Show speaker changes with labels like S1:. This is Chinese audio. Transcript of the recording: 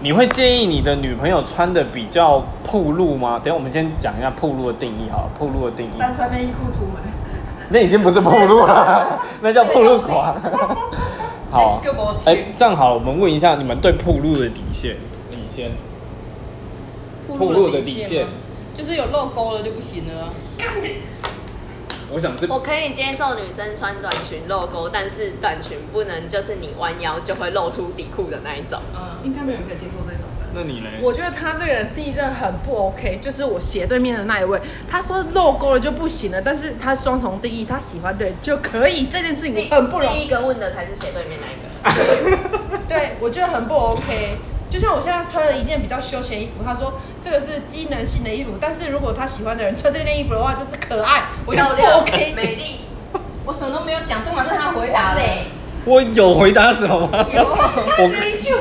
S1: 你会建议你的女朋友穿的比较暴露吗？等一下我们先讲一下暴露的定义好了，暴露的定义，
S2: 单穿内衣裤出门，
S1: 那已经不是暴露了，那叫暴露狂。好
S2: 那是个魔，
S1: 哎、
S2: 镜
S1: 这样好了，我们问一下你们对暴露的底线，底线，
S3: 暴
S1: 露
S3: 露
S1: 的
S3: 的
S1: 底
S3: 底
S1: 线
S3: 线吗，就是有漏沟了就不行了啊、
S1: 我想是
S4: 我可以接受女生穿短裙露沟，但是短裙不能就是你弯腰就会露出底裤的那一种。
S3: 嗯，
S2: 应该没有人可以接受这种的。
S1: 那你嘞？
S5: 我觉得他这个人第一真的很不 OK，就是我斜对面的那一位，他说漏沟了就不行了，但是他双重定义，他喜欢的人就可以，这件事情很不容
S4: 第
S5: 易。
S4: 一个问的才是斜对面那一个。
S5: 对，我觉得很不 OK。就像我现在穿了一件比较休闲衣服，他说这个是机能性的衣服，但是如果他喜欢的人穿这件衣服的话，就是可爱，我就不
S4: 漂亮
S5: OK。
S4: 美丽，
S3: 我什么都没有讲，都马是他回答
S4: 完
S3: 的。
S4: 美。
S1: 我有回答什么吗？
S3: 有，
S1: 我
S5: 啊那一句